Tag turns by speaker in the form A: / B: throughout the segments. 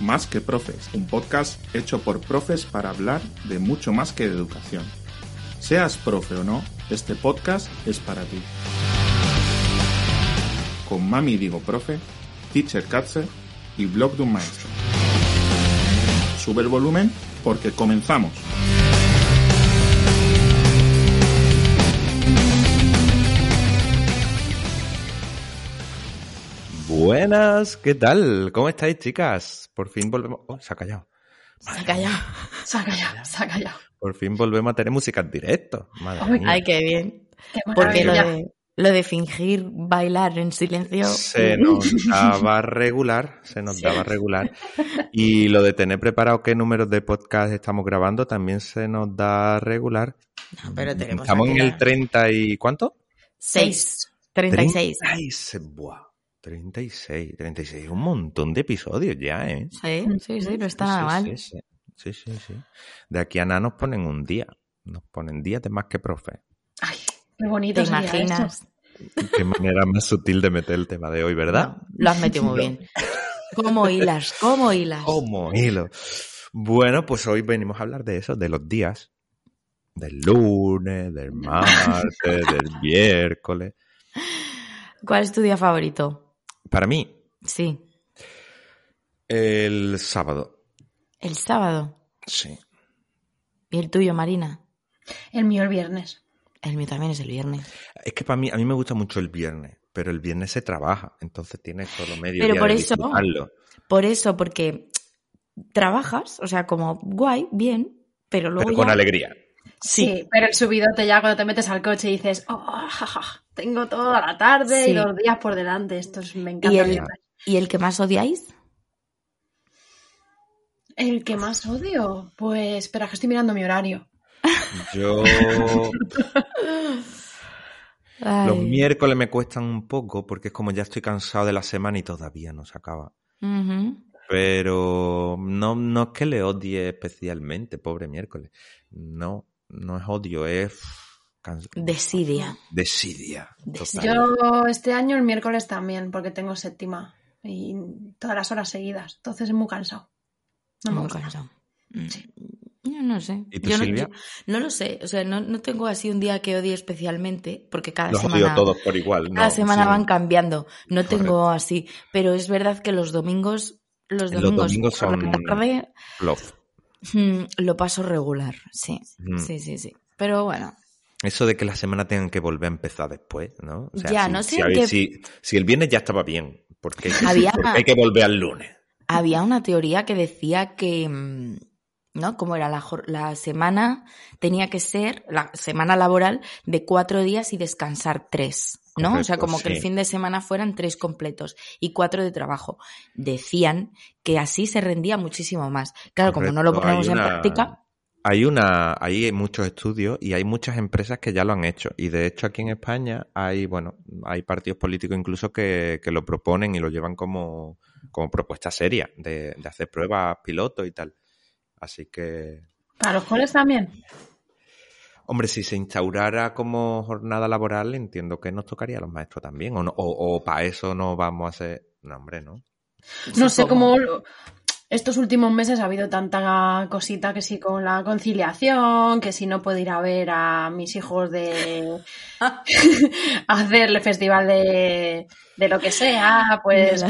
A: Más que Profes, un podcast hecho por profes para hablar de mucho más que de educación. Seas profe o no, este podcast es para ti. Con Mami Digo Profe, Teacher Katze y Blog de un Maestro. Sube el volumen porque comenzamos.
B: Buenas, ¿qué tal? ¿Cómo estáis, chicas? Por fin volvemos. Oh, se ha callado.
C: Se ha callado, se ha callado, se ha callado.
B: Por fin volvemos a tener música en directo. Madre mía.
C: Ay, qué bien.
D: Qué
C: Porque lo
D: maravilla.
C: de, lo de fingir bailar en silencio.
B: Se nos daba regular, se nos daba regular. Y lo de tener preparado qué números de podcast estamos grabando también se nos da regular.
C: No, pero tenemos
B: Estamos en
C: aquí
B: el
C: la-
B: 30 y ¿cuánto?
C: Seis. 36.
B: 36. Buah, 36, 36. Un montón de episodios ya, ¿eh?
C: Sí, sí, sí, no está
B: Sí,
C: nada mal.
B: Sí, sí, sí, sí, sí. De aquí a nada nos ponen un día. Nos ponen días de más que profe.
D: Ay, qué bonito.
C: ¿Te
D: sería
C: imaginas?
D: eso.
B: Qué manera más sutil de meter el tema de hoy, ¿verdad?
C: No, lo has metido muy bien. ¿Cómo hilas? ¿Cómo hilas?
B: Como hilo. Bueno, pues hoy venimos a hablar de eso, de los días. Del lunes, del martes, del miércoles.
C: ¿Cuál es tu día favorito?
B: Para mí,
C: Sí,
B: el sábado.
C: el sábado.
B: Sí.
C: ¿Y el tuyo, Marina?
D: El mío el viernes.
C: El mío también es el viernes.
B: Es que para mí, a mí me gusta mucho el viernes, pero el viernes se trabaja, entonces tienes solo medio
C: Pero
B: día
C: por
B: de
C: eso-
B: disfrutarlo.
C: Por eso, porque trabajas, o sea, como guay, bien, pero luego
B: Pero con
C: ya-
B: alegría.
D: Sí. pero el subidote ya cuando te metes al coche y dices, oh, ja, ja, ja, tengo toda la tarde
C: Sí.
D: y dos días por delante. Esto es- me encanta.
C: ¿Y
D: el,
C: el, ¿Y el que más odiáis?
D: el que más odio, pues espera, que estoy mirando mi horario.
B: Yo los
C: Ay.
B: miércoles me cuestan un poco porque es como ya estoy cansado de la semana y todavía no se acaba.
C: Ujú.
B: Pero no, no es que le odie especialmente, pobre miércoles. No, no es odio, es can-
C: Desidia.
B: desidia. total.
D: Yo este año el miércoles también, porque tengo séptima y todas las horas seguidas. Entonces es muy cansado. No me
C: Muy
D: gusta. Mm.
C: cansado. Yo no sé.
B: ¿Y tú,
C: Yo no,
B: Silvia?
C: yo- no lo sé. O sea, no, no tengo así un día que odie especialmente, porque cada
B: Los odio
C: semana,
B: todos por igual.
C: cada
B: no,
C: semana
B: sí.
C: van cambiando. No
B: Correcto.
C: tengo así. Pero es verdad que los domingos, los
B: Los
C: domingos,
B: domingos
C: por la
B: son-
C: tarde,
B: Plof.
C: mm, lo paso regular. Sí,
B: Mm.
C: sí, sí, sí. Pero bueno,
B: Eso de que la semana tengan que volver a empezar después, ¿no? O sea,
C: Ya,
B: si,
C: no sé
B: si,
C: en
B: hay-
C: qué-
B: si- si el viernes ya estaba bien, ¿por qué,
C: Había-
B: por qué hay que volver al lunes?
C: había una teoría que decía que, mm, ¿no? Como era la, jor- la semana, tenía que ser la semana laboral de cuatro días y descansar tres, ¿no? o sea,
B: Correcto,
C: como que el
B: sí.
C: fin de semana fueran tres completos y cuatro de trabajo. Decían que así se rendía muchísimo más. Claro, como no lo
B: Correcto, hay
C: ponemos en
B: una-
C: práctica,
B: Hay una, hay muchos estudios y hay muchas empresas que ya lo han hecho. Y de hecho aquí en España hay, bueno, hay partidos políticos incluso que, que lo proponen y lo llevan como, como propuesta seria de, de hacer pruebas piloto y tal. Así que,
D: Para los coles también.
B: hombre, si se instaurara como jornada laboral, entiendo que nos tocaría a los maestros también. O, no- o, para eso no vamos a hacer... No, hombre, no.
D: No sé
C: Supongo.
D: cómo estos últimos meses ha habido tanta cosita que sí con la conciliación, que si no puedo ir a ver a mis hijos de a hacer el festival de, de lo que sea, pues,
C: De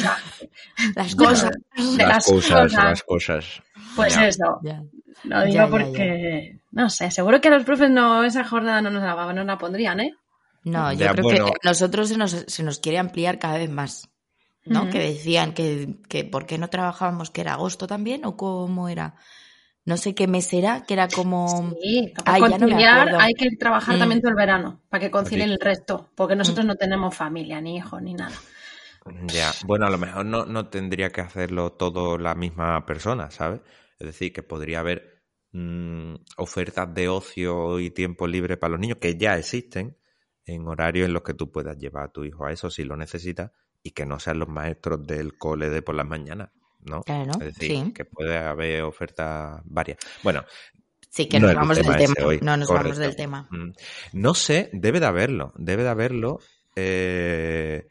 C: las
D: Ya.
C: cosas.
D: De las cosas.
B: las cosas.
D: pues
B: Ya.
D: eso.
C: Ya.
D: Lo
C: Ya,
D: digo
C: ya, ya.
D: porque no sé, seguro que a los profes no esa jornada no nos la, no la pondrían, ¿eh?
C: No, yo
B: Ya,
C: creo
B: bueno.
C: que a nosotros se nos, se nos quiere ampliar cada vez más. ¿No?
D: Ujú.
C: Que decían que, que por qué no trabajábamos, que era agosto también, o cómo era. No sé qué mes era, que era como.
D: Sí, para
C: Ay, ya no me
D: conciliar
C: acuerdo.
D: hay que trabajar
C: Mm.
D: también todo el verano para que concilien
B: Aquí.
D: el resto, porque nosotros no tenemos familia, ni hijo, ni nada.
B: Ya, bueno, a lo mejor no, no tendría que hacerlo todo la misma persona, ¿sabes? Es decir, que podría haber mmm, ofertas de ocio y tiempo libre para los niños que ya existen en horarios en los que tú puedas llevar a tu hijo a eso si lo necesitas y que no sean los maestros del cole de por las mañanas, ¿no?
C: Claro,
B: Es decir,
C: sí.
B: que puede haber ofertas varias. Bueno,
C: Sí, que
B: No
C: nos
B: es el
C: vamos del
B: tema ese
C: tema.
B: hoy,
C: No, nos vamos
B: correcto.
C: del tema.
B: Mm. No sé, debe de haberlo, debe de haberlo. eh,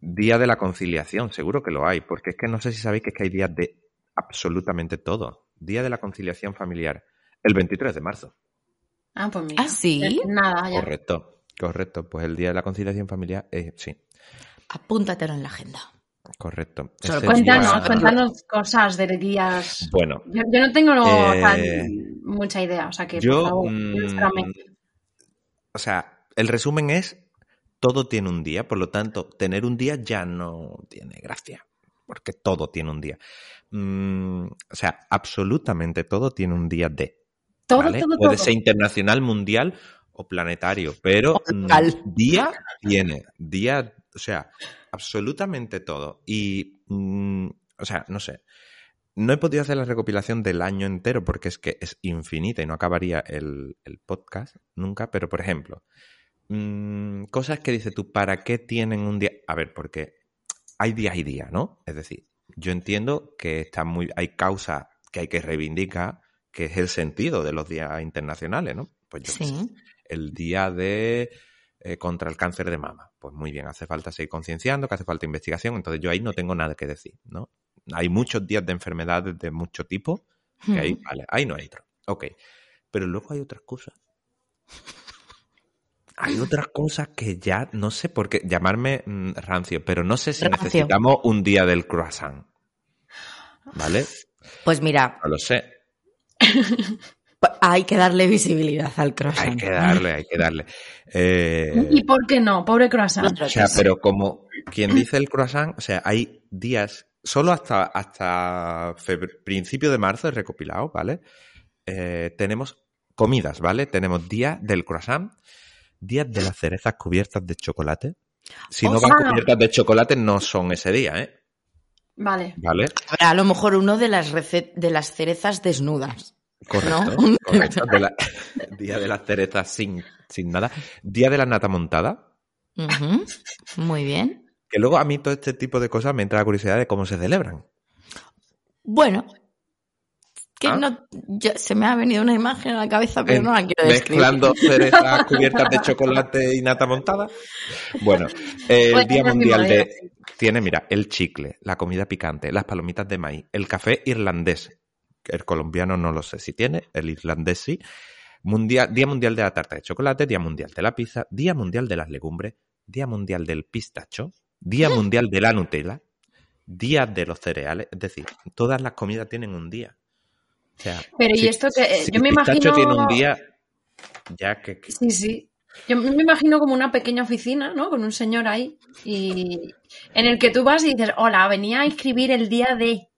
B: día de la conciliación, seguro que lo hay, porque es que no sé si sabéis que, es que hay días de absolutamente todo. Día de la conciliación familiar, el 23 de marzo.
D: Ah, pues mira.
C: ¿Ah, sí?
D: Nada, ya.
B: Correcto, correcto. Pues el día de la conciliación familiar, es sí,
C: Apúntatelo en la agenda.
B: correcto.
C: Solo
B: Ese
D: Cuéntanos,
B: día-
D: cuéntanos cosas de guías.
B: Bueno,
D: Yo, yo no tengo o sea,
B: Eh,
D: mucha idea, o sea que
B: Yo,
D: por favor,
B: mm,
D: ilústrame.
B: o sea, el resumen es, todo tiene un día, por lo tanto, tener un día ya no tiene gracia, porque todo tiene un día. Mm, o sea, absolutamente todo tiene un día de.
D: Todo,
B: ¿vale?
D: todo,
B: Puede
D: todo.
B: ser internacional, mundial o planetario, pero
C: O
B: mm,
C: local.
B: día tiene, día, o sea, absolutamente todo. Y, mm, o sea, no sé. No he podido hacer la recopilación del año entero porque es que es infinita y no acabaría el, el podcast nunca, pero por ejemplo, mm, cosas que dices tú, ¿para qué tienen un día? A ver, porque hay días y días, ¿no? Es decir, yo entiendo que está muy, hay causas que hay que reivindicar, que es el sentido de los días internacionales, ¿no? Pues yo qué sé,
C: Sí.
B: el día de eh, contra el cáncer de mama. Pues muy bien, hace falta seguir concienciando, que hace falta investigación, entonces yo ahí no tengo nada que decir, ¿no? Hay muchos días de enfermedades de mucho tipo, que ahí,
C: Mm.
B: vale, ahí no hay otro. Ok. Pero luego hay otras cosas. Hay otras cosas que ya no sé por qué llamarme mm, rancio, pero no sé si
C: Rancio.
B: necesitamos un día del croissant. ¿Vale?
C: Pues mira,
B: No lo sé.
C: pa- hay que darle visibilidad al croissant.
B: Hay que darle, hay que darle.
D: ¿Y
B: Eh,
D: por qué no? Pobre croissant.
C: Claro
B: o sea,
C: que sí.
B: pero como quien dice el croissant, o sea, hay días, solo hasta, hasta febr- principio de marzo he recopilado, ¿vale? Eh, tenemos comidas, ¿vale? Tenemos día del croissant, días de las cerezas cubiertas de chocolate. Si
C: O
B: no van
D: sea-
B: cubiertas de chocolate, no son ese día, ¿eh?
D: Vale.
B: ¿Vale?
C: Habrá a lo mejor uno de las, rece- de las cerezas desnudas.
B: Correcto.
C: No.
B: correcto. De la- día de las cerezas sin, sin nada. Día de la nata montada.
C: Ujú. Muy bien.
B: Que luego a mí todo este tipo de cosas me entra la curiosidad de cómo se celebran.
C: Bueno, que
B: Ah.
C: no, ya se me ha venido una imagen a la cabeza, pero
B: En-
C: no la quiero describir.
B: Mezclando cerezas cubiertas de chocolate y nata montada. Bueno, eh, el
D: Pues
B: Día
D: es la
B: Mundial
D: misma
B: de...
D: idea.
B: Tiene, mira, el chicle, la comida picante, las palomitas de maíz, el café irlandés. El colombiano no lo sé si tiene, el irlandés sí. Mundia- Día Mundial de la tarta de chocolate, Día Mundial de la pizza, Día Mundial de las legumbres, Día Mundial del pistacho,
C: Mm.
B: Día Mundial de la Nutella, Día de los cereales. Es decir, todas las comidas tienen un día. O sea,
D: Pero y
B: si-
D: esto que eh,
B: si
D: yo me
B: el pistacho
D: imagino
B: tiene un día, ya que... que-
D: Sí, sí. Yo me imagino como una pequeña oficina, ¿no? Con un señor ahí y en el que tú vas y dices, "Hola, venía a inscribir el día de"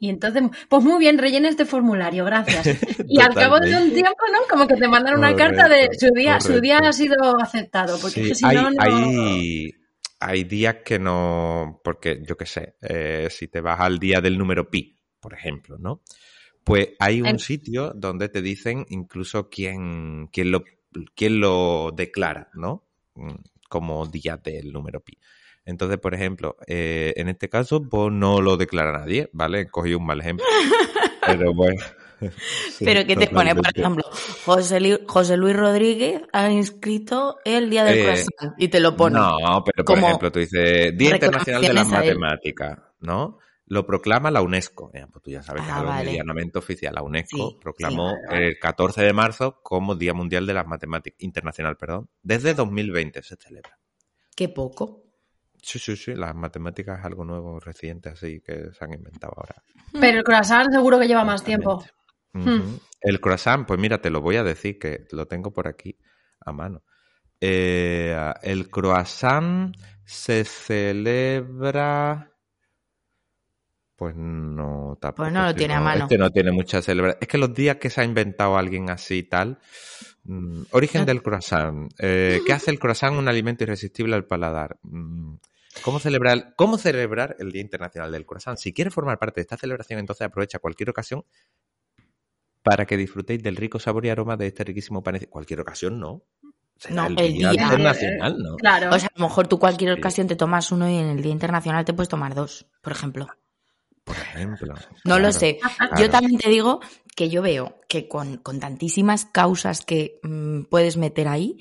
D: y entonces, pues muy bien, rellena este formulario, gracias. Y al cabo de un tiempo, ¿no? Como que te mandan una carta de su día, su día
B: correcto.
D: ha sido aceptado, porque
B: Sí,
D: es que si
B: hay,
D: no, no...
B: hay, hay días que no, porque yo qué sé, eh, si te vas al día del número pi, por ejemplo, ¿no? Pues hay un
D: En-
B: sitio donde te dicen incluso quién, quién, lo, quién lo declara, ¿no? Mm, Como día del número pi. Entonces, por ejemplo, eh, en este caso, pues no lo declara nadie, ¿vale? He cogido un mal ejemplo. Pero bueno. sí,
C: Pero que te pone, por
B: totalmente.
C: ejemplo, José, Lu- José Luis Rodríguez ha inscrito el Día del
B: Eh,
C: Croissant y te lo pone.
B: No, pero por
C: como
B: ejemplo, tú dices Día Internacional de las
C: reclamaciones a él.
B: Matemáticas, ¿no? Lo proclama la UNESCO. Eh, pues tú ya sabes que es
C: Ah,
B: algo
C: vale.
B: medianamente oficial. La UNESCO
C: Sí,
B: proclamó
C: sí,
B: el 14 de marzo como Día Mundial de las Matemáticas Internacional, perdón. Desde 2020 se celebra.
C: Qué poco.
B: Sí, sí, sí. Las matemáticas es algo nuevo, reciente, así que se han inventado ahora.
D: Pero el croissant seguro que lleva más tiempo.
C: Hmm.
B: Ujú. El croissant, pues mira, te lo voy a decir que lo tengo por aquí a mano. Eh, el croissant se celebra. Pues no, tampoco.
C: Pues no lo
B: este
C: tiene a mano.
B: Este no tiene mucha celebración. Es que los días que se ha inventado alguien así y tal. mm, origen
C: No.
B: del croissant. Eh, ¿Qué hace el croissant un alimento irresistible al paladar? Mm, ¿Cómo celebrar, ¿Cómo celebrar el Día Internacional del Corazón? Si quieres formar parte de esta celebración, entonces aprovecha cualquier ocasión para que disfrutéis del rico sabor y aroma de este riquísimo pan. Cualquier ocasión, no. Será
C: No,
B: el,
C: el
B: Día
C: día.
B: Internacional, ¿no?
D: Claro.
C: O sea, a lo mejor tú cualquier
B: Sí.
C: ocasión te tomas uno y en el Día Internacional te puedes tomar dos, por ejemplo.
B: Por ejemplo.
C: No
B: Claro.
C: lo sé.
B: Claro.
C: Yo también te digo que yo veo que con, con tantísimas causas que mm, puedes meter ahí,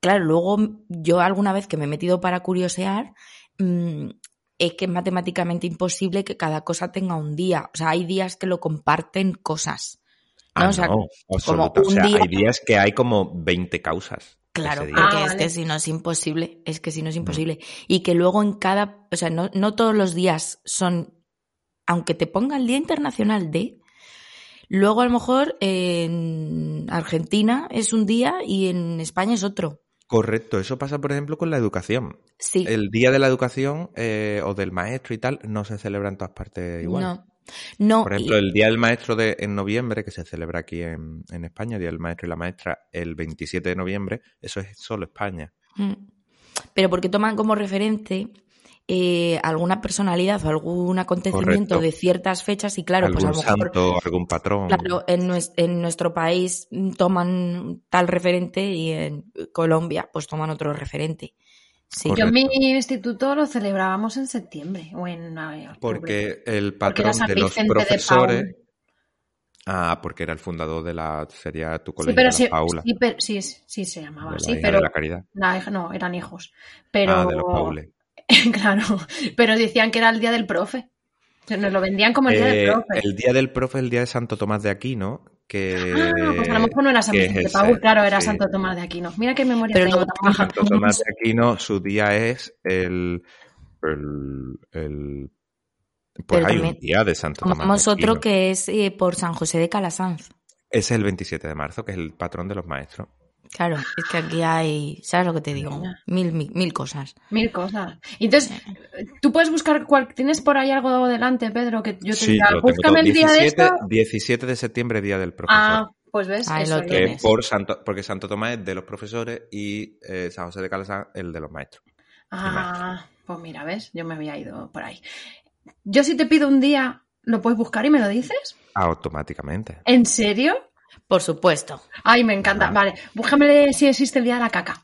C: claro, luego mm, yo alguna vez que me he metido para curiosear, mm, es que es matemáticamente imposible que cada cosa tenga un día. O sea, hay días que lo comparten cosas.
B: Ah,
C: ¿no? O sea,
B: no, absoluto.
C: como un
B: O sea,
C: día-
B: hay días que hay como 20 causas.
C: Claro,
B: ese día. Mm.
C: porque
D: Ah,
C: es
D: vale.
C: que si no es imposible, es que si no es imposible. Y que luego en cada, o sea, no, no todos los días son, aunque te ponga el Día Internacional de, luego a lo mejor en Argentina es un día y en España es otro.
B: Correcto, eso pasa, por ejemplo, con la educación.
C: Sí,
B: El día de la educación eh, o del maestro y tal no se celebra en todas partes igual.
C: no.
D: Oh,
C: No,
B: Por
C: y-
B: ejemplo, el Día del Maestro de, en noviembre, que se celebra aquí en, en España, el Día del Maestro y la Maestra, el 27 de noviembre, eso es solo España.
C: Mm. Pero porque toman como referente eh, alguna personalidad o algún acontecimiento
B: Correcto.
C: de ciertas fechas y claro,
B: algún
C: pues a lo mejor...
B: santo, algún patrón.
C: Claro, en, nues- en nuestro país mm, toman tal referente y en Colombia pues toman otro referente. Sí,
D: Yo en mi
B: correcto.
D: instituto lo celebrábamos en septiembre o en eh, octubre.
B: Porque el
D: Porque era
B: patrón
D: San
B: de los
D: Vicente de
B: profesores.
D: Paul.
B: ah, porque era el fundador de la. Sería tu
D: Sí,
B: colegio
D: pero
B: de la
D: sí,
B: Paula.
D: sí, pero- sí, sí se llamaba
B: de la
D: así,
B: hija
D: pero
B: de la caridad.
D: la hija- no, eran hijos. Pero
B: Ah, de los Paules.
D: claro, pero decían que era el día del profe. Se nos lo vendían como el día
B: Eh,
D: del profe.
B: el día del profe es el día de Santo Tomás de Aquino. Que,
D: Ah, pues a lo mejor no era San
B: que es
D: Vicente de
B: ese,
D: Paul, claro, era
B: sí.
D: Santo Tomás de Aquino. Mira qué memoria
C: Pero
D: tengo
C: no-
D: tan baja.
B: Santo Tomás de Aquino, su día es el. el, el- pues
C: Pero
B: hay
C: también
B: un día de Santo Tomás. de
C: tomamos otro
B: Aquino.
C: que es eh, por San José de Calasanz.
B: Ese es el 27 de marzo, que es el patrón de los maestros.
C: Claro, es que aquí hay, ¿sabes lo que te digo?
D: Mira.
C: Mil, mil, mil cosas.
D: Mil cosas. Entonces, tú puedes buscar cuál. ¿Tienes por ahí algo delante, Pedro? Que yo te
B: Sí,
D: diga,
B: yo lo tengo todo.
D: búscame el día de
B: 17,
D: esto.
B: 17 de septiembre, día del profesor.
D: Ah, pues ves,
C: Ahí
D: eso
C: lo
D: es.
B: que
C: tienes.
B: es por Santo, porque Santo Tomás es de los profesores y eh, San José de Calasán el de los maestros.
D: Ah, pues mira, ves, yo me había ido por ahí. Yo si te pido un día, ¿lo puedes buscar y me lo dices?
B: Automáticamente.
D: ¿En serio?
C: Por supuesto.
D: Ay, me encanta. Vale, búscame si existe el día de la caca.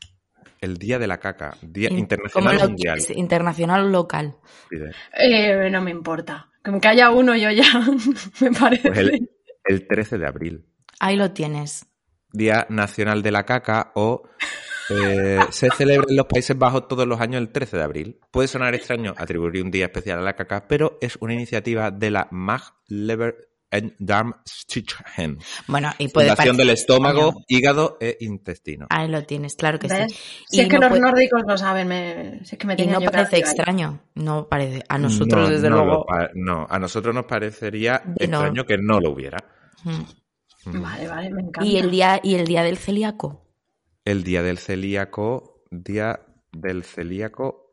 B: El día de la caca, día
C: In-
B: internacional
C: como lo
B: mundial.
C: quieres, internacional o local.
B: pide.
D: Eh, no me importa. Como que haya uno, yo ya me parece.
B: Pues el, el 13 de abril.
C: Ahí lo tienes.
B: Día Nacional de la Caca o eh, se celebra en los Países Bajos todos los años el 13 de abril. Puede sonar extraño atribuir un día especial a la caca, pero es una iniciativa de la Mag Lever and Darm Stichhen,
C: Bueno, y puede
B: Fundación
C: parecer-
B: del Estómago, Hígado e Intestino.
C: Ahí lo tienes, claro que
D: ¿Ves?
C: sí.
D: Si es
C: Y
D: que
C: no
D: los
C: puede-
D: nórdicos lo saben, me- si es que me
C: Y
D: tenía
C: no
D: yo que
C: parece
D: haber ido ahí.
C: extraño, no parece. A nosotros,
B: No,
C: desde
B: no lo
C: luego.
B: pa- no, a nosotros nos parecería
C: De no.
B: extraño que no lo hubiera.
C: Mm.
D: Vale, vale, me encanta.
C: Y el día, y el día del celíaco.
B: El día del celíaco, día del celíaco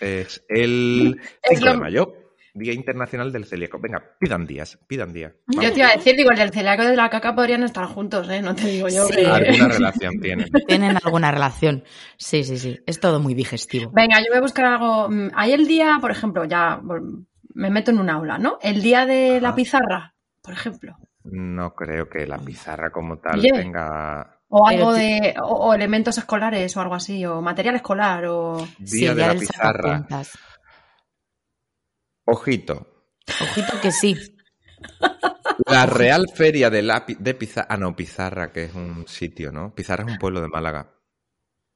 B: es el 5 de
D: lo-
B: mayo, Día Internacional del Celíaco. Venga, pidan días, pidan días. Vamos.
D: Yo te iba a decir, digo, el del celíaco y de la caca podrían estar juntos, ¿eh? No te digo yo
C: Sí.
D: que-
B: Alguna relación tienen.
C: Tienen alguna relación. Sí, sí, sí. Es todo muy digestivo.
D: Venga, yo voy a buscar algo. Mm, Hay el día, por ejemplo, ya vol- me meto en un aula, ¿no? El día de la
B: Ajá.
D: pizarra, por ejemplo.
B: No creo que la pizarra como tal
D: Bien.
B: tenga
D: O
C: Pero
D: algo
C: ti-
D: de. O, o elementos escolares o algo así, o material escolar, o.
B: Día
C: Sí, el
B: de
C: día
B: la
C: del
B: Pizarra.
C: sacapuntas.
B: Ojito.
C: Ojito que sí.
B: La Real Feria de, la, pi- de Pizarra. Ah, no, Pizarra, que es un sitio, ¿no? Pizarra es un pueblo de Málaga.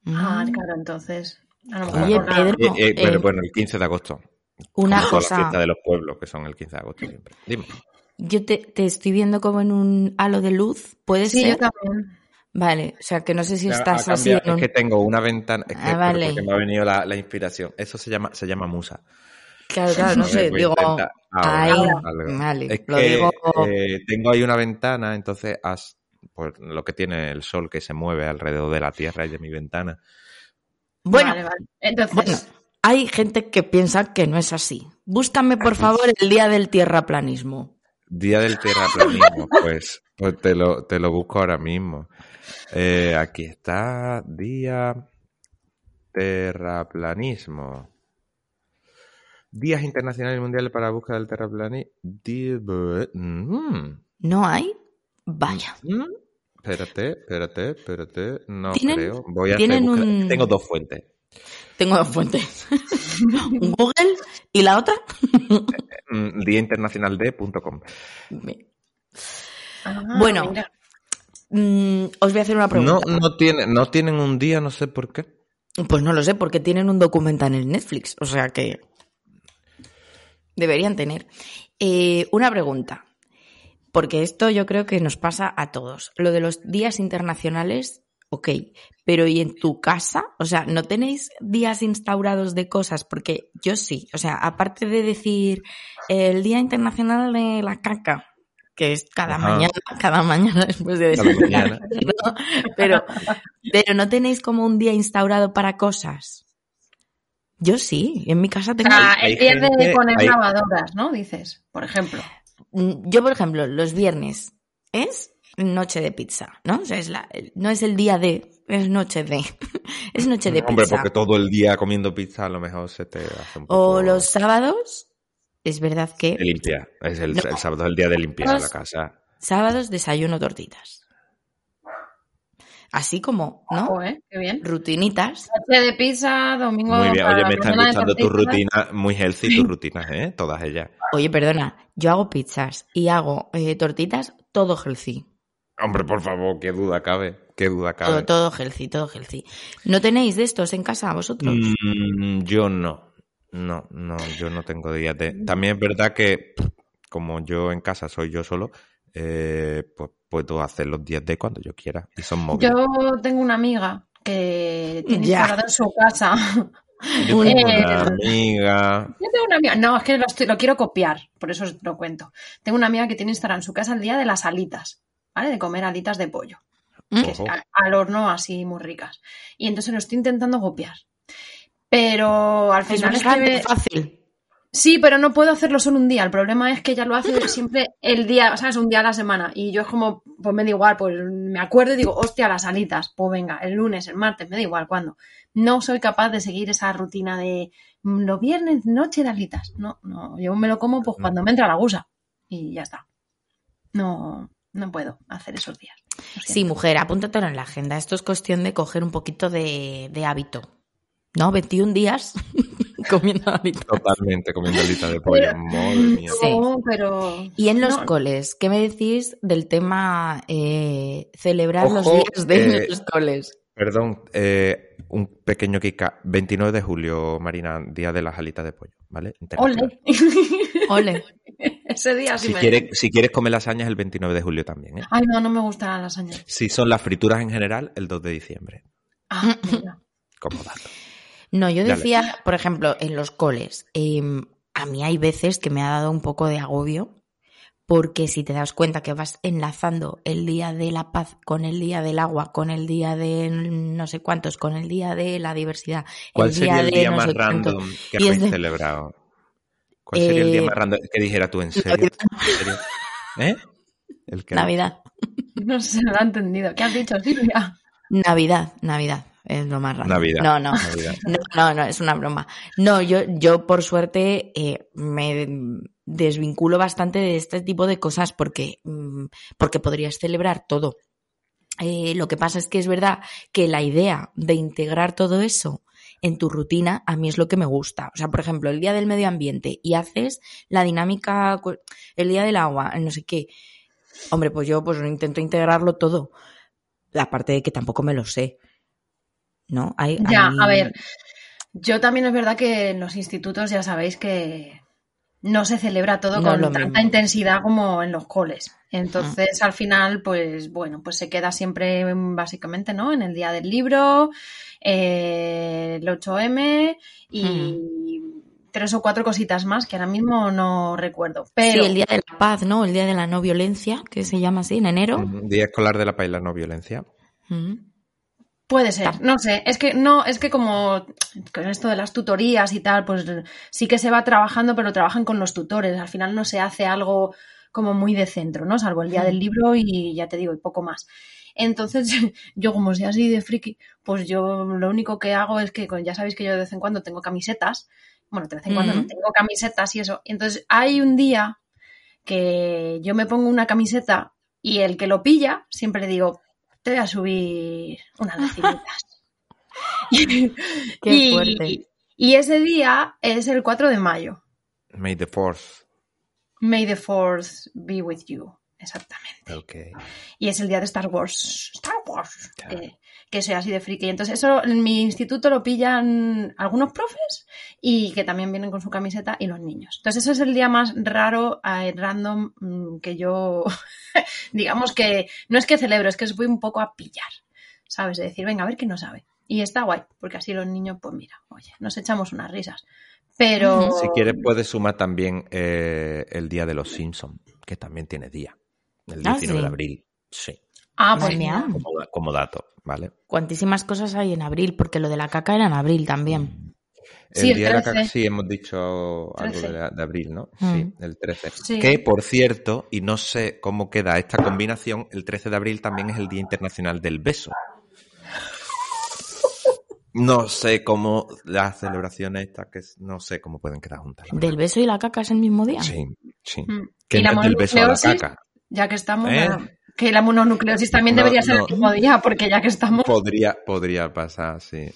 D: Ah,
C: Mm.
D: claro, entonces. A lo mejor
C: Oye,
D: por la-
C: Pedro,
B: Eh, eh,
C: eh,
B: pero bueno, el 15 de agosto. como
C: Una
B: toda la
C: cosa.
B: fiesta de los pueblos, que son el 15 de agosto siempre. Dime.
C: Yo te, te estoy viendo como en un halo de luz. ¿Puede
D: Sí, yo
C: ser?
D: también.
C: Vale. O sea, que no sé si
B: Ya, ha
C: estás así.
B: cambiado.
C: en un-
B: Es que tengo una ventana. Es que,
C: Ah,
B: pero
C: vale.
B: porque me ha venido la, la inspiración. Eso se llama, se llama musa.
C: Claro, claro, no
B: A ver,
C: sé.
B: voy a
C: Digo.
B: intentar ahora
C: ahí,
B: algo.
C: vale,
B: Es
C: lo
B: que,
C: digo-
B: eh, tengo ahí una ventana, entonces as- pues, lo que tiene el sol que se mueve alrededor de la tierra y de mi ventana.
C: Bueno,
D: Vale, vale. Entonces.
C: bueno. Hay gente que piensa que no es así. Búscame, por favor, el día del tierraplanismo.
B: Día del terraplanismo, pues, pues te, lo, te lo busco ahora mismo. Eh, aquí está, día Terraplanismo. Días internacionales y mundiales para la búsqueda del terraplanismo. mm.
C: ¿No hay? Vaya.
B: Espérate, espérate, espérate. No
C: ¿Mm? Tienen-
B: creo. Voy a hacer
C: tienen
B: búsqueda.
C: un-
B: Tengo dos fuentes.
C: Tengo dos fuentes. Un Google y la otra.
B: Mm, Día internacional de punto com.
D: Ah,
C: Bueno.
D: mira.
C: Mm, os voy a hacer una
B: No,
C: pregunta.
B: no, tiene, no tienen un día, no sé por qué.
C: Pues no lo sé, porque tienen un documental en el Netflix. O sea que. Deberían tener. Eh, una pregunta. Porque esto yo creo que nos pasa a todos. Lo de los días internacionales, ok. Pero ¿y en tu casa? O sea, ¿no tenéis días instaurados de cosas? Porque yo sí. O sea, aparte de decir el Día Internacional de la Caca, que es cada
B: Ajá.
C: mañana, cada mañana después de
B: A
C: decir
B: la mañana.
C: ¿no? Pero, pero no tenéis como un día instaurado para cosas. Yo sí, en mi casa
D: O
C: tengo.
D: sea,
B: Hay
D: el día de
B: gente-
D: poner
B: hay-
D: lavadoras, ¿no? Dices, por ejemplo.
C: Mm, Yo, por ejemplo, los viernes es noche de pizza, ¿no? O sea, es la, no es el día de, es noche de. Es noche de
B: Hombre,
C: pizza.
B: porque todo el día comiendo pizza a lo mejor se te hace un poco...
C: O los sábados, es verdad que
B: de limpiar. Es el,
C: No.
B: el sábado es el día de limpiar
D: Pues,
B: la
C: Los-
B: casa.
C: sábados desayuno tortitas. Así como, ¿no?
D: Ojo, ¿eh? Qué bien.
C: Rutinitas.
D: Noche de pizza, domingo.
B: Muy bien.
D: para
B: Oye,
D: la
B: me están
D: mañana ¿eh? de
B: gustando tus
D: tortitas.
B: rutinas, muy healthy tus rutinas, ¿eh? Todas ellas.
C: Oye, perdona, yo hago pizzas y hago eh, tortitas todo healthy.
B: Hombre, por favor, qué duda cabe. Qué duda
C: Todo,
B: cabe.
C: todo healthy, todo healthy. ¿No tenéis de estos en casa vosotros?
B: Mm, yo no. No, no, yo no tengo días de. También es verdad que, como yo en casa soy yo solo, eh, pues puedo hacer los días de cuando yo quiera. Y son móviles.
D: Yo tengo una amiga que tiene
C: Ya.
D: instalado en su casa.
B: Yo tengo
D: Eh,
B: una amiga.
D: Yo tengo una amiga, no, es que lo, estoy- lo quiero copiar, por eso os lo cuento. Tengo una amiga que tiene Instagram en su casa el día de las alitas, ¿vale? De comer alitas de pollo,
C: Mm.
D: que
C: Pues
D: es
B: Ojo.
D: a- al horno así muy ricas. Y entonces lo estoy intentando copiar. Pero al
C: Es
D: final es que
C: bastante
D: ve-
C: fácil.
D: Sí, pero no puedo hacerlo solo un día. El problema es que ella lo hace siempre el día, ¿sabes? Un día a la semana. Y yo es como, pues me da igual, pues me acuerdo y digo, hostia, las alitas. Pues venga, el lunes, el martes, me da igual cuándo. No soy capaz de seguir esa rutina de mm, los viernes, noche de alitas. No, no, yo me lo como pues cuando me entra la gusa. Y ya está. No, no puedo hacer esos días. Lo
C: Sí,
D: siento.
C: mujer, apúntatelo en la agenda. Esto es cuestión de coger un poquito de, de hábito. ¿No? 21 días comiendo hábito.
B: Totalmente comiendo alitas de pollo. Madre mía.
C: Sí.
D: No, pero...
C: Y en los
D: No.
C: coles, ¿qué me decís del tema eh, celebrar los
B: Ojo,
C: días de
B: eh,
C: los coles?
B: Perdón, eh, un pequeño kika. 29 de julio, Marina, día de las alitas de pollo, ¿vale? Internacional.
D: Ole.
C: Ole.
D: Ese día sí
B: Si
D: me...
B: quieres, si quieres comer lasañas, el 29 de julio también, ¿eh?
D: Ay, no, no me gusta la lasaña.
B: Si son las frituras en general, el 2 de diciembre.
D: Ah,
C: Mm.
D: mira.
B: Como dato.
C: No, yo
B: Dale.
C: decía, por ejemplo, en los coles, eh, a mí hay veces que me ha dado un poco de agobio, porque si te das cuenta que vas enlazando el día de la paz con el día del agua, con el día de no sé cuántos, con el día de la diversidad,
B: ¿Cuál
C: el día
B: sería el
C: de
B: día
C: no
B: más
C: sé cuánto.
B: random que
C: Y es
B: habéis
C: de-
B: celebrado? ¿Cuál sería el día
C: Eh,
B: más random que dijera tú en serio? ¿En serio? ¿Eh? El que
C: Navidad,
D: No sé si lo ha entendido. ¿Qué has dicho, Silvia?
C: Navidad, Navidad, es lo más raro.
B: Navidad.
C: No, no.
B: Navidad.
C: No, no, no, es una broma. No, yo, yo por suerte eh, me desvinculo bastante de este tipo de cosas porque, mm, porque podrías celebrar todo. Eh, lo que pasa es que es verdad que la idea de integrar todo eso en tu rutina a mí es lo que me gusta. O sea, por ejemplo, el día del medio ambiente y haces la dinámica, cu- el día del agua, no sé qué. Hombre, pues yo pues intento integrarlo todo. La parte de que tampoco me lo sé. ¿No? Hay,
D: Ya,
C: hay-
D: a ver. Yo también es verdad que en los institutos ya sabéis que no se celebra todo
C: No es
D: con
C: lo
D: tanta
C: mismo. Mm.
D: intensidad como en los coles. Entonces, al final, pues bueno, pues se queda siempre mm, básicamente, ¿no? En el día del libro, eh, el 8M y
C: Mm.
D: tres o cuatro cositas más que ahora mismo no recuerdo. Pero
C: Sí, el Día de la Paz, ¿no? El Día de la No Violencia, que se llama así, en enero. Mm.
B: Ujú, Día escolar de la paz y la no violencia.
C: Ujú.
D: Puede ser, no sé, es que no, es que como con esto de las tutorías y tal, pues sí que se va trabajando, pero trabajan con los tutores, al final no se hace algo como muy de centro, ¿no? Salvo el día del libro y ya te digo, y poco más. Entonces, yo como soy así de friki, pues yo lo único que hago es que, ya sabéis que yo de vez en cuando tengo camisetas, bueno, de vez en cuando
C: Ujú.
D: no tengo camisetas y eso. Entonces, hay un día que yo me pongo una camiseta y el que lo pilla, siempre le digo, te voy a subir unas decimitas.
C: Qué
D: y,
C: fuerte.
D: y ese día es el 4 de mayo.
B: May the Force.
D: May the Force be with you. Exactamente.
B: Ok.
D: Y es el día de Star Wars. Star Wars.
B: Claro.
D: eh, que soy así de friki. Entonces, eso en mi instituto lo pillan algunos profes y que también vienen con su camiseta y los niños. Entonces, ese es el día más raro, eh, random, mm, que yo, digamos que no es que celebro, es que os voy un poco a pillar. ¿Sabes? De decir, venga, a ver quién no sabe. Y está guay, porque así los niños, pues mira, oye, nos echamos unas risas. Pero.
B: Si quieres, puedes sumar también eh, el Día de los Simpsons, que también tiene día. El
C: Ah,
B: 19
C: sí.
B: de abril. Sí,
D: Ah, pues
C: Genial.
D: mira.
B: como, da- como dato, ¿vale?
C: Cuantísimas cosas hay en abril, porque lo de la caca era en abril también.
B: El
D: Sí, el
B: día de la
D: 13.
B: caca, sí, hemos dicho algo
D: 13.
B: de, la- de abril, ¿no?
C: Mm.
B: Sí, el 13.
D: Sí.
B: Que, por cierto, y no sé cómo queda esta combinación, el 13 de abril también es el Día Internacional del Beso. No sé cómo las celebraciones estas, que es- no sé cómo pueden quedar juntas. la
C: ¿Del beso y la caca es el mismo día?
B: verdad. Sí, sí.
D: Mm.
B: Que
D: Y
B: no
D: la
B: es del beso a la
D: mononucleosis,
B: caca.
D: Ya que estamos,
B: ¿Eh?
D: bueno, que la mononucleosis también
B: No,
D: debería ser
B: no.
D: el mismo día, porque ya que estamos.
B: Podría, podría pasar, sí.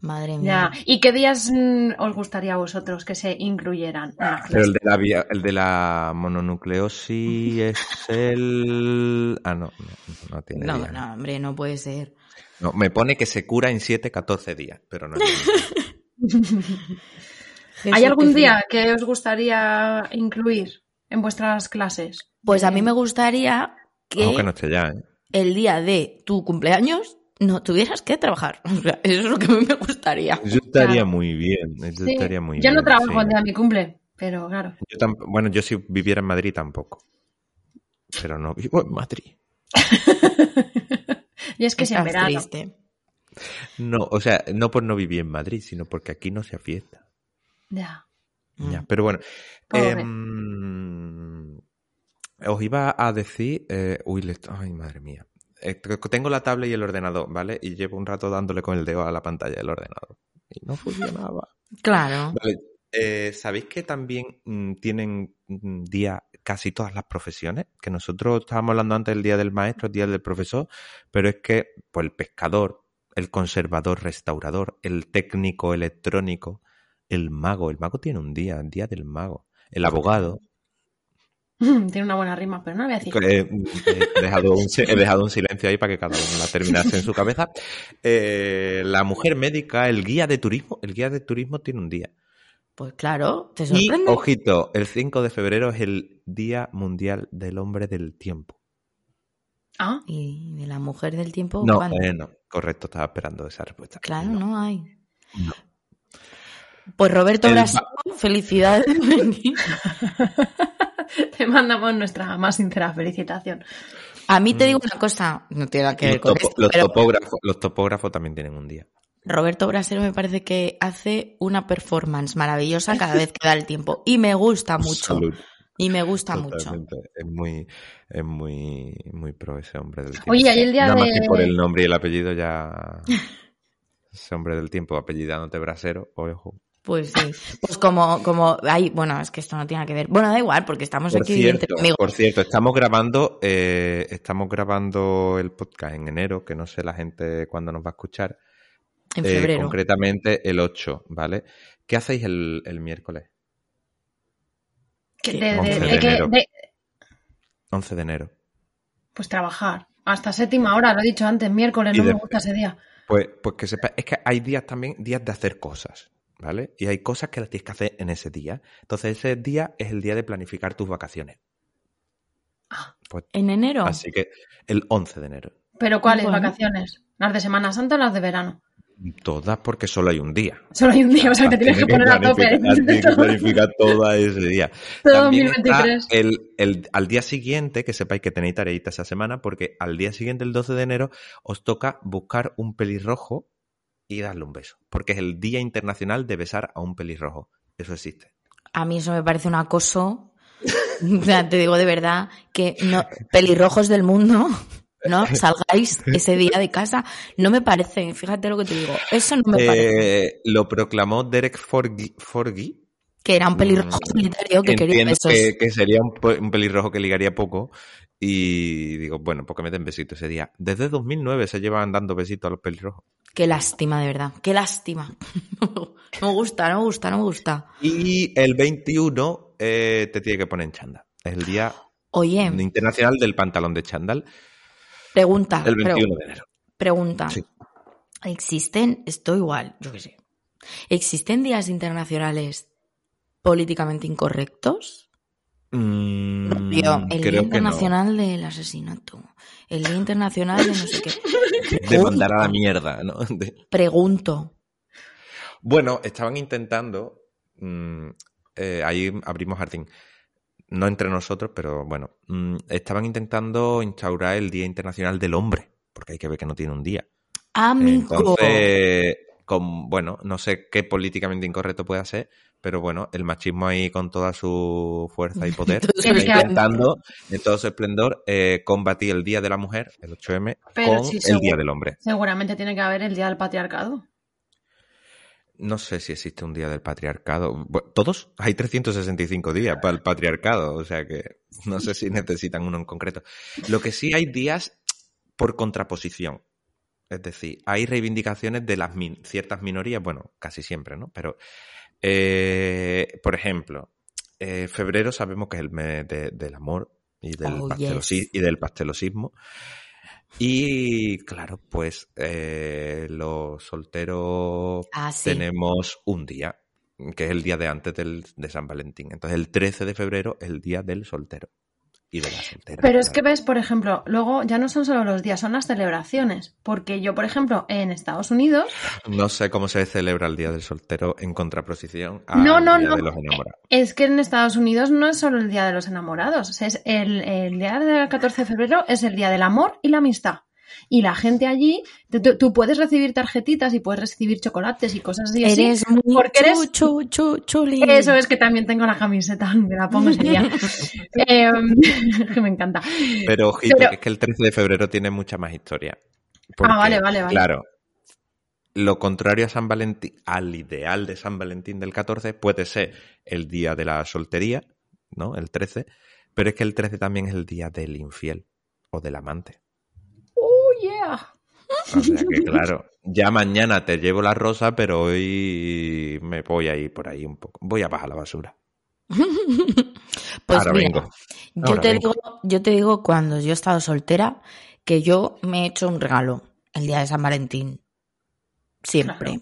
C: Madre mía.
D: Ya. ¿Y qué días mm, os gustaría a vosotros que se incluyeran?
C: Ah,
D: en las
B: Pero el
D: clases?
B: de la, via- el de la mononucleosis es el... Ah, no, no, no tiene
C: No,
B: día,
C: no, hombre, no puede ser.
B: No, me pone que se cura en 7, 14 días, pero no es el mismo.
D: ¿Hay
C: Jesús,
D: algún
C: qué frío.
D: día que os gustaría incluir en vuestras clases?
C: Pues a mí me gustaría que,
B: Ojo Em, que no esté ya, ¿eh?
C: el día de tu cumpleaños no tuvieras que trabajar. O sea, eso es lo que a mí me gustaría.
B: Yo estaría
D: Claro.
B: muy bien, yo
D: Sí,
B: estaría muy
D: Yo
B: bien.
D: no trabajo
B: sí.
D: el día de mi cumple, pero claro.
B: Yo tamp- bueno, yo si viviera en Madrid tampoco. Pero no vivo en Madrid.
D: Y es que es en
C: Estás
D: verano.
C: triste.
B: No, o sea, no por no vivir en Madrid, sino porque aquí no se fiesta.
D: Ya.
B: Ya,
C: Mm.
B: pero bueno.
D: Pobre.
B: em, os iba a decir. eh, uy, le- ay, madre mía. Eh, tengo la tablet y el ordenador, ¿vale? Y llevo un rato dándole con el dedo a la pantalla del ordenador. Y no funcionaba.
C: Claro.
B: Vale. Eh, ¿Sabéis que también mm, tienen mm, día casi todas las profesiones? Que nosotros estábamos hablando antes del día del maestro, el día del profesor, pero es que pues, el pescador, el conservador, restaurador, el técnico electrónico, el mago, el mago tiene un día, el día del mago, el abogado.
D: Tiene una buena rima, pero no la voy a decir.
B: Eh, he, dejado un, si- he dejado un silencio ahí para que cada uno la terminase en su cabeza. Eh, la mujer médica, el guía de turismo, el guía de turismo tiene un día.
C: Pues claro, te
B: Y,
C: sorprende.
B: ojito, el 5 de febrero es el Día Mundial del Hombre del Tiempo.
D: Ah,
C: Y de la mujer del tiempo,
B: No,
C: ¿cuándo?
B: eh, no, correcto, estaba esperando esa respuesta.
C: Oh, Claro,
B: No.
C: no hay.
B: No.
C: Pues Roberto
B: El
C: Brasero, felicidades.
D: te mandamos nuestra más sincera felicitación.
C: A mí te digo una cosa, no tiene nada que ver
B: Los,
C: con
B: Mm. topo-
C: esto,
B: los
C: pero
B: topógrafos, los topógrafos también tienen un día.
C: Roberto Brasero me parece que hace una performance maravillosa cada vez que da el tiempo y me gusta mucho.
B: Salud,
C: Y me gusta Ah, mucho.
B: totalmente. Es muy, es muy, muy pro ese hombre del tiempo.
D: Oye, hay el día
B: Nada más
D: de-
B: que por el nombre y el apellido ya... Ese hombre del tiempo, apellidándote brasero, ojo.
C: Pues sí. Pues como, como hay, bueno, es que esto no tiene nada que ver. Bueno, da igual, porque estamos
B: Por
C: aquí entre
B: cierto,
C: amigos.
B: por cierto, estamos grabando, eh, estamos grabando el podcast en enero, que no sé la gente cuándo nos va a escuchar.
C: En
B: Eh,
C: febrero.
B: concretamente el 8, ¿vale? ¿Qué hacéis el, el miércoles?
D: Que
C: Sí.
D: de- de-
C: 11
D: de
C: de
D: que-
B: enero.
D: de-
B: 11 de enero.
D: Pues trabajar. Hasta séptima hora, lo he dicho antes, miércoles,
B: Y
D: no me
B: de-
D: gusta ese día.
B: Pues, pues que sepa, es que hay días también, días de hacer cosas, ¿vale? Y hay cosas que las tienes que hacer en ese día. Entonces, ese día es el día de planificar tus vacaciones.
D: Ah,
B: Pues,
C: en enero.
B: así que el 11 de enero.
D: Pero ¿cuáles
C: Bueno.
D: vacaciones? ¿Las de Semana Santa o las de verano?
B: Todas porque solo hay un día.
D: Solo hay un día, o sea, que
B: Las
D: te tienes que poner a
B: planificar-
D: tope.
B: las tienes que planificar todo ese día.
D: Todo
B: También
D: 2023.
B: está eh, el, el- al día siguiente, que sepáis que tenéis tareita esa semana, porque al día siguiente, el 12 de enero, os toca buscar un pelirrojo y darle un beso. Porque es el Día Internacional de Besar a un pelirrojo. Eso existe.
C: A mí eso me parece un acoso O sea, te digo de verdad que no, pelirrojos del mundo, no salgáis ese día de casa. No me parece, fíjate lo que te digo. Eso no me parece.
B: Eh, lo proclamó Derek Forgi. Forgi.
C: Que era un pelirrojo
B: mm,
C: solitario Oh, que quería
B: Entiendo
C: besos.
B: que, que sería un, pe- un pelirrojo que ligaría poco. Y digo, bueno, pues que me den besito ese día. Desde 2009 se llevan dando besitos a los pelirrojos.
C: Qué lástima, de verdad. Qué lástima. No me gusta, no me gusta, no me gusta.
B: Y el 21 eh, te tiene que poner en chándal. Es el Día
C: Oye,
B: Internacional del Pantalón de Chándal,
C: pregunta.
B: el
C: pero-
B: 21 de enero.
C: Pregunta.
B: Sí.
C: ¿Existen, esto igual, yo qué sé, ¿existen días internacionales políticamente incorrectos?
B: Mm,
C: Tío, el
B: creo
C: Día
B: que no.
C: Internacional del Asesinato, el Día Internacional de no sé qué.
B: De mandar a la mierda, ¿no? De-
C: Pregunto.
B: Bueno, estaban intentando. mm, eh, ahí abrimos jardín. No entre nosotros, pero bueno. mm, estaban intentando instaurar el Día Internacional del Hombre, porque hay que ver que no tiene un día.
C: Amigo.
B: Entonces, con, bueno, no sé qué políticamente incorrecto puede ser, pero bueno, el machismo ahí con toda su fuerza y poder.
C: Entonces,
B: está
D: Pero que-
B: intentando, en todo su esplendor, eh, combatir el Día de la Mujer, el 8M,
D: Pero
B: con
D: sí,
B: el
D: seguro.
B: Día del Hombre.
D: Seguramente tiene que haber el día del patriarcado.
B: No sé si existe un día del patriarcado. Bu- ¿Todos? Hay 365 días para el patriarcado, o sea que no sé si necesitan uno en concreto. Lo que sí hay días por contraposición. Es decir, hay reivindicaciones de las min- ciertas minorías, bueno, casi siempre, ¿no? Pero, eh, por ejemplo, eh, febrero sabemos que es el mes de- del amor y del,
C: Oh,
B: pastelosi-
C: yes.
B: y del pastelosismo. Y claro, pues eh, los solteros
C: Ah, sí.
B: tenemos un día, que es el día de antes del, de San Valentín. Entonces, el 13 de febrero es el día del soltero y de la soltera.
D: Pero es que ves, por ejemplo, luego ya no son solo los días, son las celebraciones. Porque yo, por ejemplo, en Estados Unidos,
B: No sé cómo se celebra el día del soltero en contraposición a
D: No, no,
B: día
D: no.
B: de los enamorados.
D: es que en Estados Unidos no es solo el día de los enamorados. o sea, es el, el día del 14 de febrero es el día del amor y la amistad. Y la gente allí, tú- tú, tú puedes recibir tarjetitas y puedes recibir chocolates y cosas así. así.
C: Eres muy
D: porque eres-
C: chu, chu, chu, chuli.
D: Eso es que también tengo la camiseta, me la pongo ese día. Em, que me encanta.
B: Pero ojito,
D: Pero- Ah,
B: que es que el 13 de febrero tiene mucha más historia. Porque,
D: vale, vale, vale.
B: Claro. Lo contrario a San Valentín, al ideal de San Valentín del 14, puede ser el día de la soltería, ¿no? El 13. Pero es que el 13 también es el día del infiel o del amante.
D: Oh, yeah.
B: O sea que, claro, ya mañana te llevo la rosa, pero hoy me voy a ir por ahí un poco. Voy a bajar la basura.
C: Pues
D: Pues
B: Ahora
C: mira,
B: vengo.
C: Yo
B: Ahora,
C: te,
B: venga.
C: digo, yo te digo cuando yo he estado soltera que yo me he hecho un regalo el día de San Valentín. Siempre,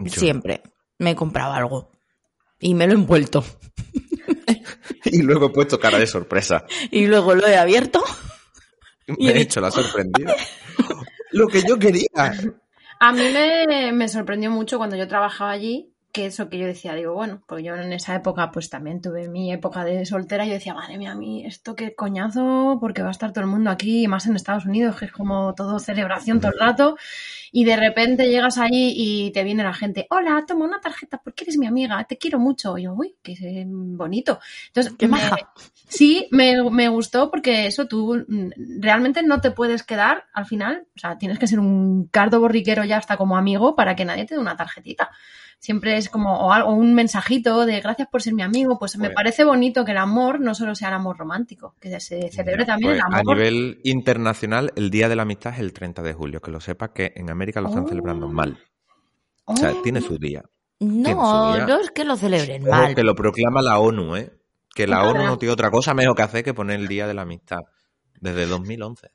B: Yo-
C: siempre. Me he comprado algo y me lo he envuelto.
B: Y luego he puesto cara de sorpresa.
C: Y luego lo he abierto.
B: Me
C: he
B: he hecho la sorprendida. Lo que yo quería.
D: A mí me, me sorprendió mucho cuando yo trabajaba allí, que eso que yo decía, digo, bueno, pues yo en esa época pues también tuve mi época de soltera y yo decía, madre mía, a mí esto qué coñazo, porque va a estar todo el mundo aquí, y más en Estados Unidos, que es como todo celebración todo el rato, y de repente llegas allí y te viene la gente, hola, toma una tarjeta porque eres mi amiga, te quiero mucho. Y yo, uy, qué eh, bonito. Entonces,
C: ¡Qué
D: me-
C: maja!
D: Sí, me, me gustó porque eso tú mm, realmente no te puedes quedar al final. O sea, tienes que ser un cardo borriquero ya hasta como amigo para que nadie te dé una tarjetita. Siempre es como o algo, un mensajito de gracias por ser mi amigo. Pues me
B: Bueno.
D: parece bonito que el amor no solo sea el amor romántico, que se celebre también
B: Pues,
D: el amor.
B: A nivel internacional, el Día de la Amistad es el 30 de julio. Que lo sepas que en América lo están
D: Oh.
B: celebrando mal.
D: Oh,
B: O sea, tiene su día.
C: No,
B: subía.
C: no es que lo celebren
B: Ojo,
C: mal.
B: que lo proclama la ONU, ¿eh? Que la
D: Ojalá.
B: ONU no tiene otra cosa mejor que hacer que poner el Día de la Amistad. Desde 2011.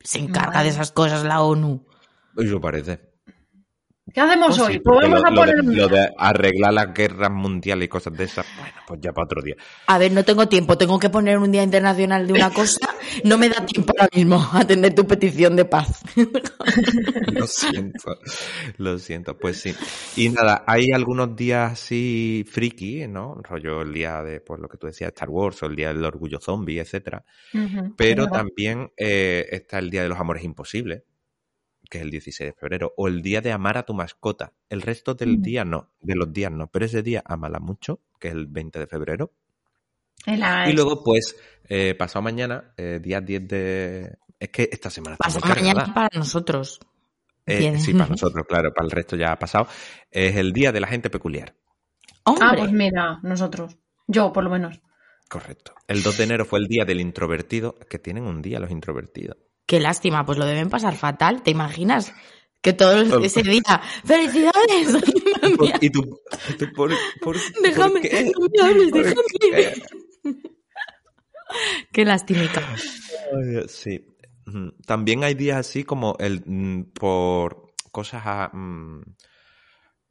C: Se encarga de esas cosas la ONU.
B: Eso parece.
D: ¿Qué hacemos
B: Pues
D: hoy?
B: sí,
D: pues
B: porque
D: vamos
B: lo,
D: a
B: lo de-
D: poner...
B: lo de arreglar las guerras mundiales y cosas de esas, bueno, pues ya para otro día.
C: A ver, no tengo tiempo. Tengo que poner un día internacional de una cosa. No me da tiempo ahora mismo a atender tu petición de paz.
B: Pues Lo siento, lo siento, pues sí. Y nada, hay algunos días así friki, ¿no? Rollo el día de, pues lo que tú decías, Star Wars o el día del orgullo zombie, etcétera.
D: Ujú,
B: Pero
D: es verdad.
B: también eh, está el día de los amores imposibles, que es el 16 de febrero, o el día de amar a tu mascota. El resto del
D: Mm.
B: día no, de los días no, pero ese día amala mucho, que es el 20 de febrero.
D: En la-
B: Y luego, pues, eh, pasado mañana, eh, día 10 de... Es que esta semana está
C: Pasa
B: muy cargada.
C: mañana para nosotros.
B: Eh,
C: Bien.
B: sí, para nosotros, claro, para el resto ya ha pasado. Es el Día de la Gente Peculiar.
D: Ah,
C: Hombre,
D: pues mira, nosotros. Yo, por lo menos.
B: Correcto. El 2 de enero fue el Día del Introvertido. Es que tienen un día los introvertidos.
C: qué lástima, pues lo deben pasar fatal, ¿te imaginas? Que todo
B: Pues,
C: el- ese día. ¡Felicidades! Madre mía,
B: Y tú, y tú, por, por- ¿por
C: déjame,
B: qué?
C: no me hables,
B: ¿Por
C: déjame. Qué lastimica.
B: Ay, Sí. Mm. También hay días así como el mm, por cosas ah, mm,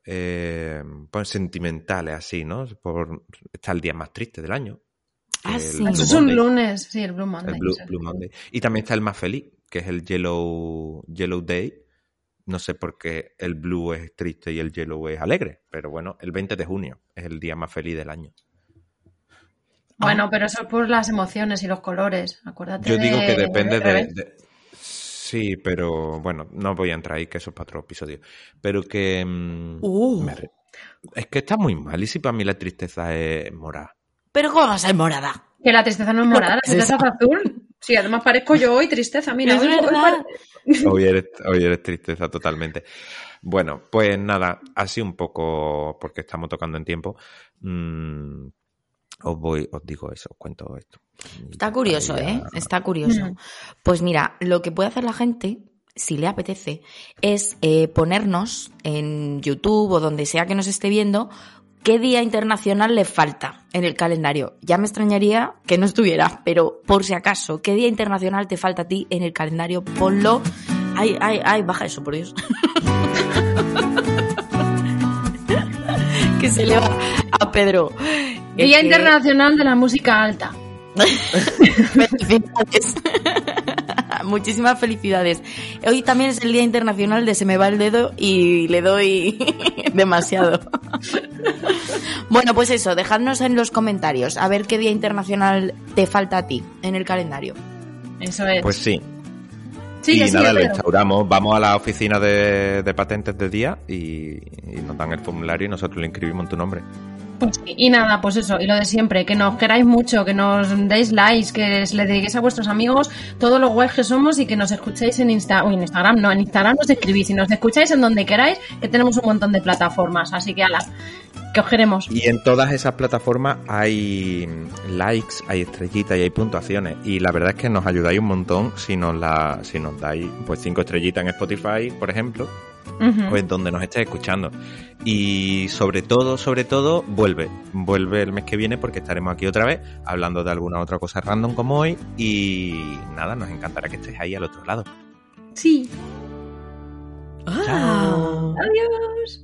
B: eh, pues sentimentales así, ¿no? Por está el día más triste del año.
C: Ah,
B: el
C: sí.
B: Blue
D: Eso es un
B: Monday,
D: lunes, sí, el Blue Monday.
B: el Blue,
D: sí.
B: Blue Monday. Y también está el más feliz, que es el Yellow Yellow Day. No sé por qué el blue es triste y el yellow es alegre, pero bueno, el 20 de junio es el día más feliz del año.
D: Bueno, pero eso es por las emociones y los colores, acuérdate.
B: Yo digo que
D: de-
B: depende
D: del
B: de,
D: revés.
B: de- Sí, pero bueno, no voy a entrar ahí, que eso es para otro episodio. Pero que... mm,
C: Uh.
B: me re- Es que está muy mal, y si para mí la tristeza es morada.
C: Pero ¿cómo va a ser morada?
D: Que la tristeza no es morada, la
C: es eso?
D: tristeza es azul. Sí, además parezco yo hoy tristeza. Mira,
C: Es
D: hoy- hoy
C: verdad.
D: pare-
B: Hoy eres, hoy eres tristeza totalmente. Bueno, pues nada, así un poco, porque estamos tocando en tiempo, mm, os voy, os digo eso, os cuento esto.
C: Está curioso,
B: Ahí ya-
C: ¿eh? Está curioso.
D: Mm.
C: Pues mira, lo que puede hacer la gente, si le apetece, es eh, ponernos en YouTube o donde sea que nos esté viendo qué día internacional le falta en el calendario. Ya me extrañaría que no estuviera, pero por si acaso, ¿qué día internacional te falta a ti en el calendario? Ponlo. Ay, ay, ay, baja eso, por Dios. que se le va a Pedro.
D: Día
C: Eh, que-
D: Internacional de la Música Alta.
C: Felicidades. Muchísimas felicidades. Hoy también es el Día Internacional de Se me va el dedo y le doy demasiado. bueno, pues eso, dejadnos en los comentarios a ver qué Día Internacional te falta a ti en el calendario.
D: Eso es.
B: Pues sí,
D: sí,
B: y nada, lo
D: Pedro.
B: instauramos. Vamos a la oficina de, de patentes de día y, y nos dan el formulario y nosotros le inscribimos en tu nombre.
D: Pues sí, y nada, pues eso, y lo de siempre, que nos queráis mucho, que nos deis likes, que le dediquéis a vuestros amigos todos los guays que somos y que nos escuchéis en, Insta uy, en Instagram, no, en Instagram nos escribís y nos escucháis en donde queráis, que tenemos un montón de plataformas, así que ala, que os queremos.
B: Y en todas esas plataformas hay likes, hay estrellitas y hay puntuaciones. Y la verdad es que nos ayudáis un montón si nos la, si nos dais pues cinco estrellitas en Spotify, por ejemplo,
D: Ujú.
B: o en donde nos estéis escuchando. Y sobre todo, sobre todo, vuelve. Vuelve el mes que viene porque estaremos aquí otra vez hablando de alguna otra cosa random como hoy. Y nada, nos encantará que estéis ahí al otro lado.
D: Sí,
C: Chao.
D: adiós.